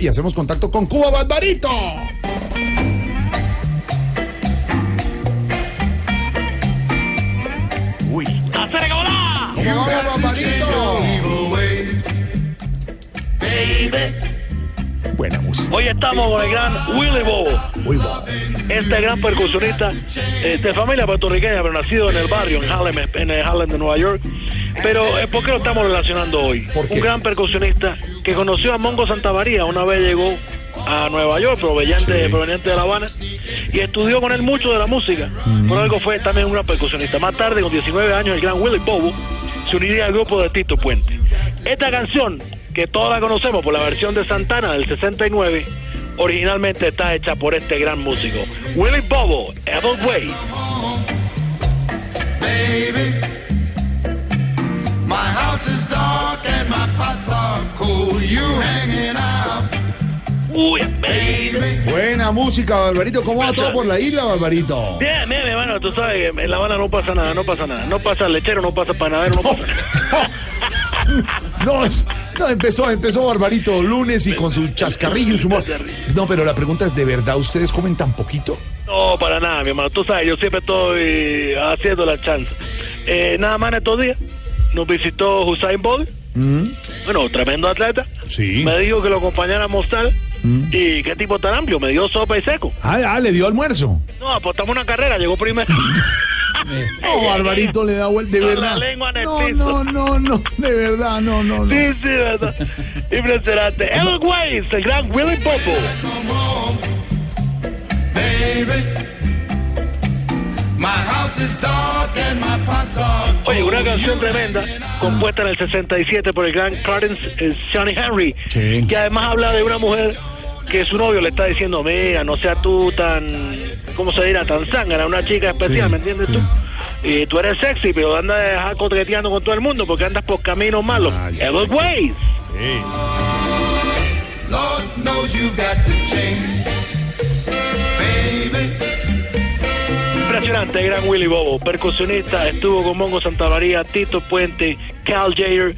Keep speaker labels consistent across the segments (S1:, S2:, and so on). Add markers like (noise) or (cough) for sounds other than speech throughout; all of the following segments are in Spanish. S1: y hacemos contacto con Cuba Barbarito. Uy. Llegó Barbarito. Buena música.
S2: Hoy estamos con el gran Willy Bobo,
S1: Muy guapo.
S2: este gran percusionista eh, de familia puertorriqueña, pero nacido en el barrio, en Harlem, en eh, Harlem de Nueva York. Pero, eh, ¿por qué lo estamos relacionando hoy?
S1: ¿Por qué?
S2: Un gran percusionista que conoció a Mongo Santamaría, una vez llegó a Nueva York, proveniente,
S1: Sí.
S2: proveniente de La Habana, y estudió con él mucho de la música. Por algo fue también un gran percusionista. Más tarde, con 19 años, el gran Willy Bobo se uniría al grupo de Tito Puente. Esta canción, que todos la conocemos por la versión de Santana del 69, originalmente está hecha por este gran músico. Willy Bobo, Evan Way.
S3: baby. My house is dark and my pots are cold. You hanging out,
S2: Uy, baby.
S3: baby.
S1: Buena música, Barbarito. ¿Cómo va todo por la isla, Barbarito? (laughs)
S2: Bien, bien, mi hermano, tú sabes que en La Habana no pasa nada, no pasa nada. No pasa lechero, no pasa panadero, no
S1: No, (laughs)
S2: pasa nada.
S1: no, no, es- no, empezó, empezó Barbarito lunes y con su chascarrillo y su humor. No, pero la pregunta es, ¿de verdad ustedes comen tan poquito?
S2: No, para nada, mi hermano. Tú sabes, yo siempre estoy haciendo la chance. Eh, nada más en estos días nos visitó Hussein Bolt, bueno, tremendo atleta.
S1: Mm. Sí. Mm.
S2: Me dijo que lo acompañara a mostrar. ¿Y qué tipo tan amplio? Me dio sopa y seco.
S1: Ah, ah, le dio almuerzo.
S2: No, apostamos una carrera, llegó primero.
S1: (laughs)
S2: (laughs)
S1: No, Barbarito le da vuelta, de
S2: Con la
S1: verdad.
S2: lengua en el
S1: No,
S2: piso.
S1: no, no, no, de verdad, no, no, no.
S2: sí, sí, verdad. Impresionante.
S1: Em-
S2: Evan Weiss, el gran Willy Popo.
S3: Come home, baby. My house is dark and my pots are cold.
S2: Oye, una canción tremenda, compuesta en el 67 por el gran Clarence eh, Johnny Henry,
S1: Sí.
S2: que además habla de una mujer que su novio le está diciendo, mira, no seas tú tan, ¿cómo se dirá? Tan zángana, una chica especial,
S1: Sí,
S2: ¿me entiendes
S1: sí.
S2: tú? Y tú eres sexy, pero andas coqueteando con todo el mundo porque andas por caminos malos.
S1: Ay,
S2: Edward Ways.
S3: Lord knows you've got to change, baby.
S2: Impresionante, gran Willy Bobo, percusionista, estuvo con Mongo Santamaría, Tito Puente, Cal Jayer.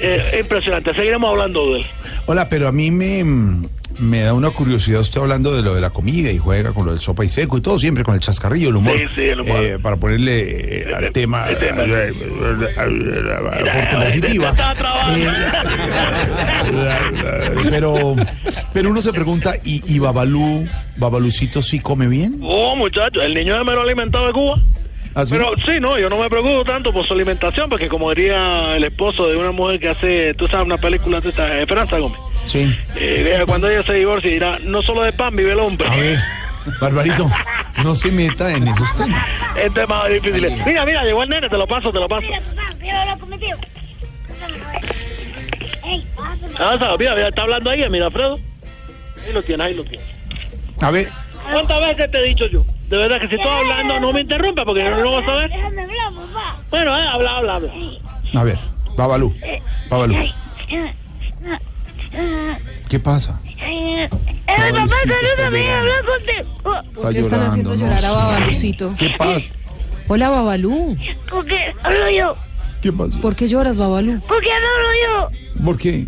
S2: Eh, impresionante, seguiremos hablando de él.
S1: Hola, pero a mí me, mm, me da una curiosidad usted hablando de lo de la comida y juega con lo del sopa y seco y todo, siempre con el chascarrillo, el humor.
S2: Sí, sí, el humor.
S1: eh, para ponerle eh, al tema
S2: el tema.
S1: eh, la parte positiva.
S2: Está trabado.
S1: Eh, Pero, pero uno se pregunta, ¿y, y Babalú, Babalucito sí come bien?
S2: Oh, muchachos, el niño es menos alimentado de Cuba.
S1: ¿Ah, sí?
S2: Pero sí, no, yo no me preocupo tanto por su alimentación, porque como diría el esposo de una mujer que hace, tú sabes, una película de esta, eh, Esperanza Gómez,
S1: Sí.
S2: eh, eh, cuando ella se divorcie dirá, no solo de pan vive el hombre.
S1: A ver, Barbarito, no se meta en esos temas.
S2: (laughs) Es tema difícil. Mira, mira, llegó el nene, te lo paso, te lo paso.
S4: Mira, papá, mira, loco, me digo. Pásame, a ver. Ey, pásame.
S2: Ah, sabe, mira, mira, está hablando ahí, mira, Alfredo. Ahí lo tienes, ahí lo tienes.
S1: A ver,
S2: ¿Cuántas veces te he dicho yo? De verdad que si estoy hablando, no me interrumpa, porque no lo vas a ver.
S4: Déjame hablar, papá.
S2: Bueno, eh, habla, habla, habla.
S1: a ver, Babalú, Babalú,
S4: Ay, eh, eh, eh,
S1: ¿qué pasa?
S4: eh, eh, papá, salúdame, habla contigo.
S1: Está
S5: ¿Por qué están
S1: llorando,
S5: haciendo
S1: no
S5: llorar a
S1: sé.
S5: Babalucito?
S1: ¿Qué pasa?
S5: Hola, Babalú.
S4: Porque hablo yo.
S1: ¿Qué pasa?
S5: ¿Por qué lloras, Babalú?
S4: Porque hablo
S1: ¿Por qué?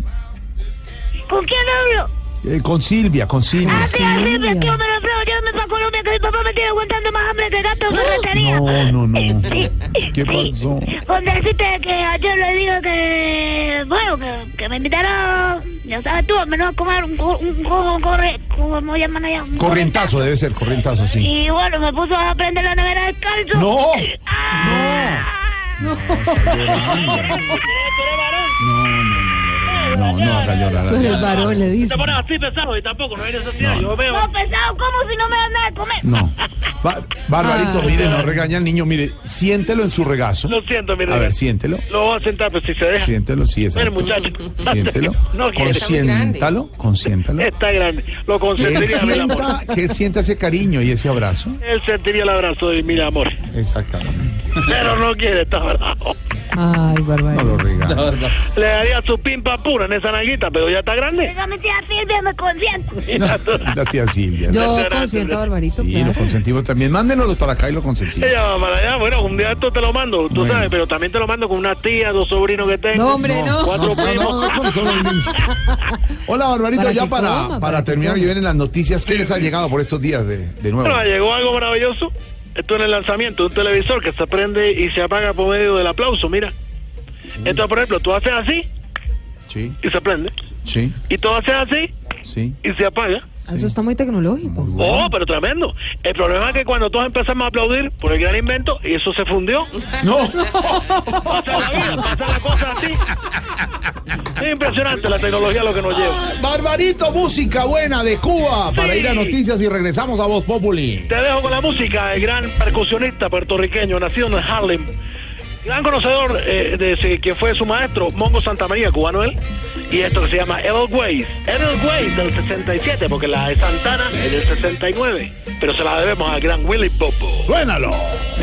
S4: yo. ¿Con quién hablo?
S1: Eh, con Silvia, con Silvia.
S4: Ah, sí, así me
S5: Silvia.
S4: tío, me lo pruebo, llévame para Colombia, que mi papá me tiene aguantando más hambre que gato de ferretería.
S1: No, no, no.
S4: Sí,
S1: (laughs) ¿Qué
S4: sí.
S1: pasó?
S4: Con decirte que ayer le digo que, bueno, que, que me invitaron, ya sabes tú, al menos a comer un, co- un, co- corre, ¿cómo llaman allá? Un
S1: Corrientazo debe ser, corrientazo, sí.
S4: Y bueno, me puso a prender la nevera del calzo. (laughs)
S1: ¡No!
S4: ¡Ah!
S1: No, no haga llorar.
S5: Tú
S1: a-
S5: eres varón, le
S2: Te
S5: dice.
S2: pones así pesado y tampoco no hay necesidad.
S1: No.
S2: Yo veo.
S4: No, pesado, ¿cómo si no me dan nada de comer?
S1: No. Ba- Barbarito,
S5: Ay.
S1: mire, no regaña al niño, mire, siéntelo en su regazo.
S2: Lo siento, mira.
S1: A ver, siéntelo.
S2: Lo voy a sentar, pero si se deja.
S1: Siéntelo, sí,
S2: Mira,
S1: exacto.
S2: muchacho.
S1: Siéntelo.
S2: (laughs) No quiere.
S1: Consiéntalo, consiéntalo.
S2: Está grande.
S1: Que
S2: Lo
S1: él,
S2: consentiría, mi amor.
S1: sienta, que él sienta ese cariño y ese abrazo.
S2: Él sentiría el abrazo de mi amor.
S1: Exactamente.
S2: Pero no quiere, está bravo.
S5: Ay,
S1: No lo
S5: Barbarito.
S1: regales.
S2: Le daría su pimpa pura en esa nalguita, pero ya está grande.
S4: Dígame si así bien me consiento.
S2: Mira tú.
S1: La tía Silvia.
S5: Yo consiento a Barbarito,
S1: Sí,
S5: claro.
S1: lo consentimos también. Mándenoslos para acá y lo consentimos.
S2: Ella va para allá. Bueno, un día esto te lo mando, tú
S1: Bueno.
S2: sabes, pero también te lo mando con una tía, dos sobrinos que tengo.
S5: No, hombre, (laughs) no.
S2: Cuatro primos.
S1: con solo el niño. Hola, Barbarito.
S5: Para
S1: ya
S5: que
S1: para,
S5: coma,
S1: para,
S5: para que
S1: terminar,
S5: coma.
S1: yo en las noticias. ¿Qué les ha llegado por estos días de, de nuevo?
S2: Bueno, llegó algo maravilloso. Esto en el lanzamiento de un televisor que se prende y se apaga por medio del aplauso, mira.
S5: Mm.
S2: Entonces, por ejemplo, tú haces así
S1: Sí,
S2: y se prende.
S1: sí,
S2: Y tú haces así
S1: sí.
S2: y se apaga.
S5: Eso está muy tecnológico.
S2: Oh, pero tremendo. El problema es que cuando todos empezamos a aplaudir por el gran invento, y eso se fundió.
S1: No,
S2: Pasa la vida, pasa la cosa así. Es impresionante la tecnología lo que nos lleva.
S1: Barbarito, música buena de Cuba para
S2: Sí.
S1: ir a noticias y regresamos a Voz Populi.
S2: Te dejo con la música, el gran percusionista puertorriqueño, nacido en Harlem. Gran conocedor eh, de ese- que fue su maestro, Mongo Santamaría, cubano él. Y esto que se llama Edelweiss. Edelweiss del 67, porque la de Santana es del 69. Pero se la debemos al gran Willy Popo.
S1: Suénalo.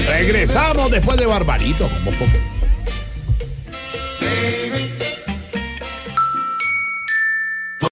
S1: Regresamos después de Barbarito con Voz Populi.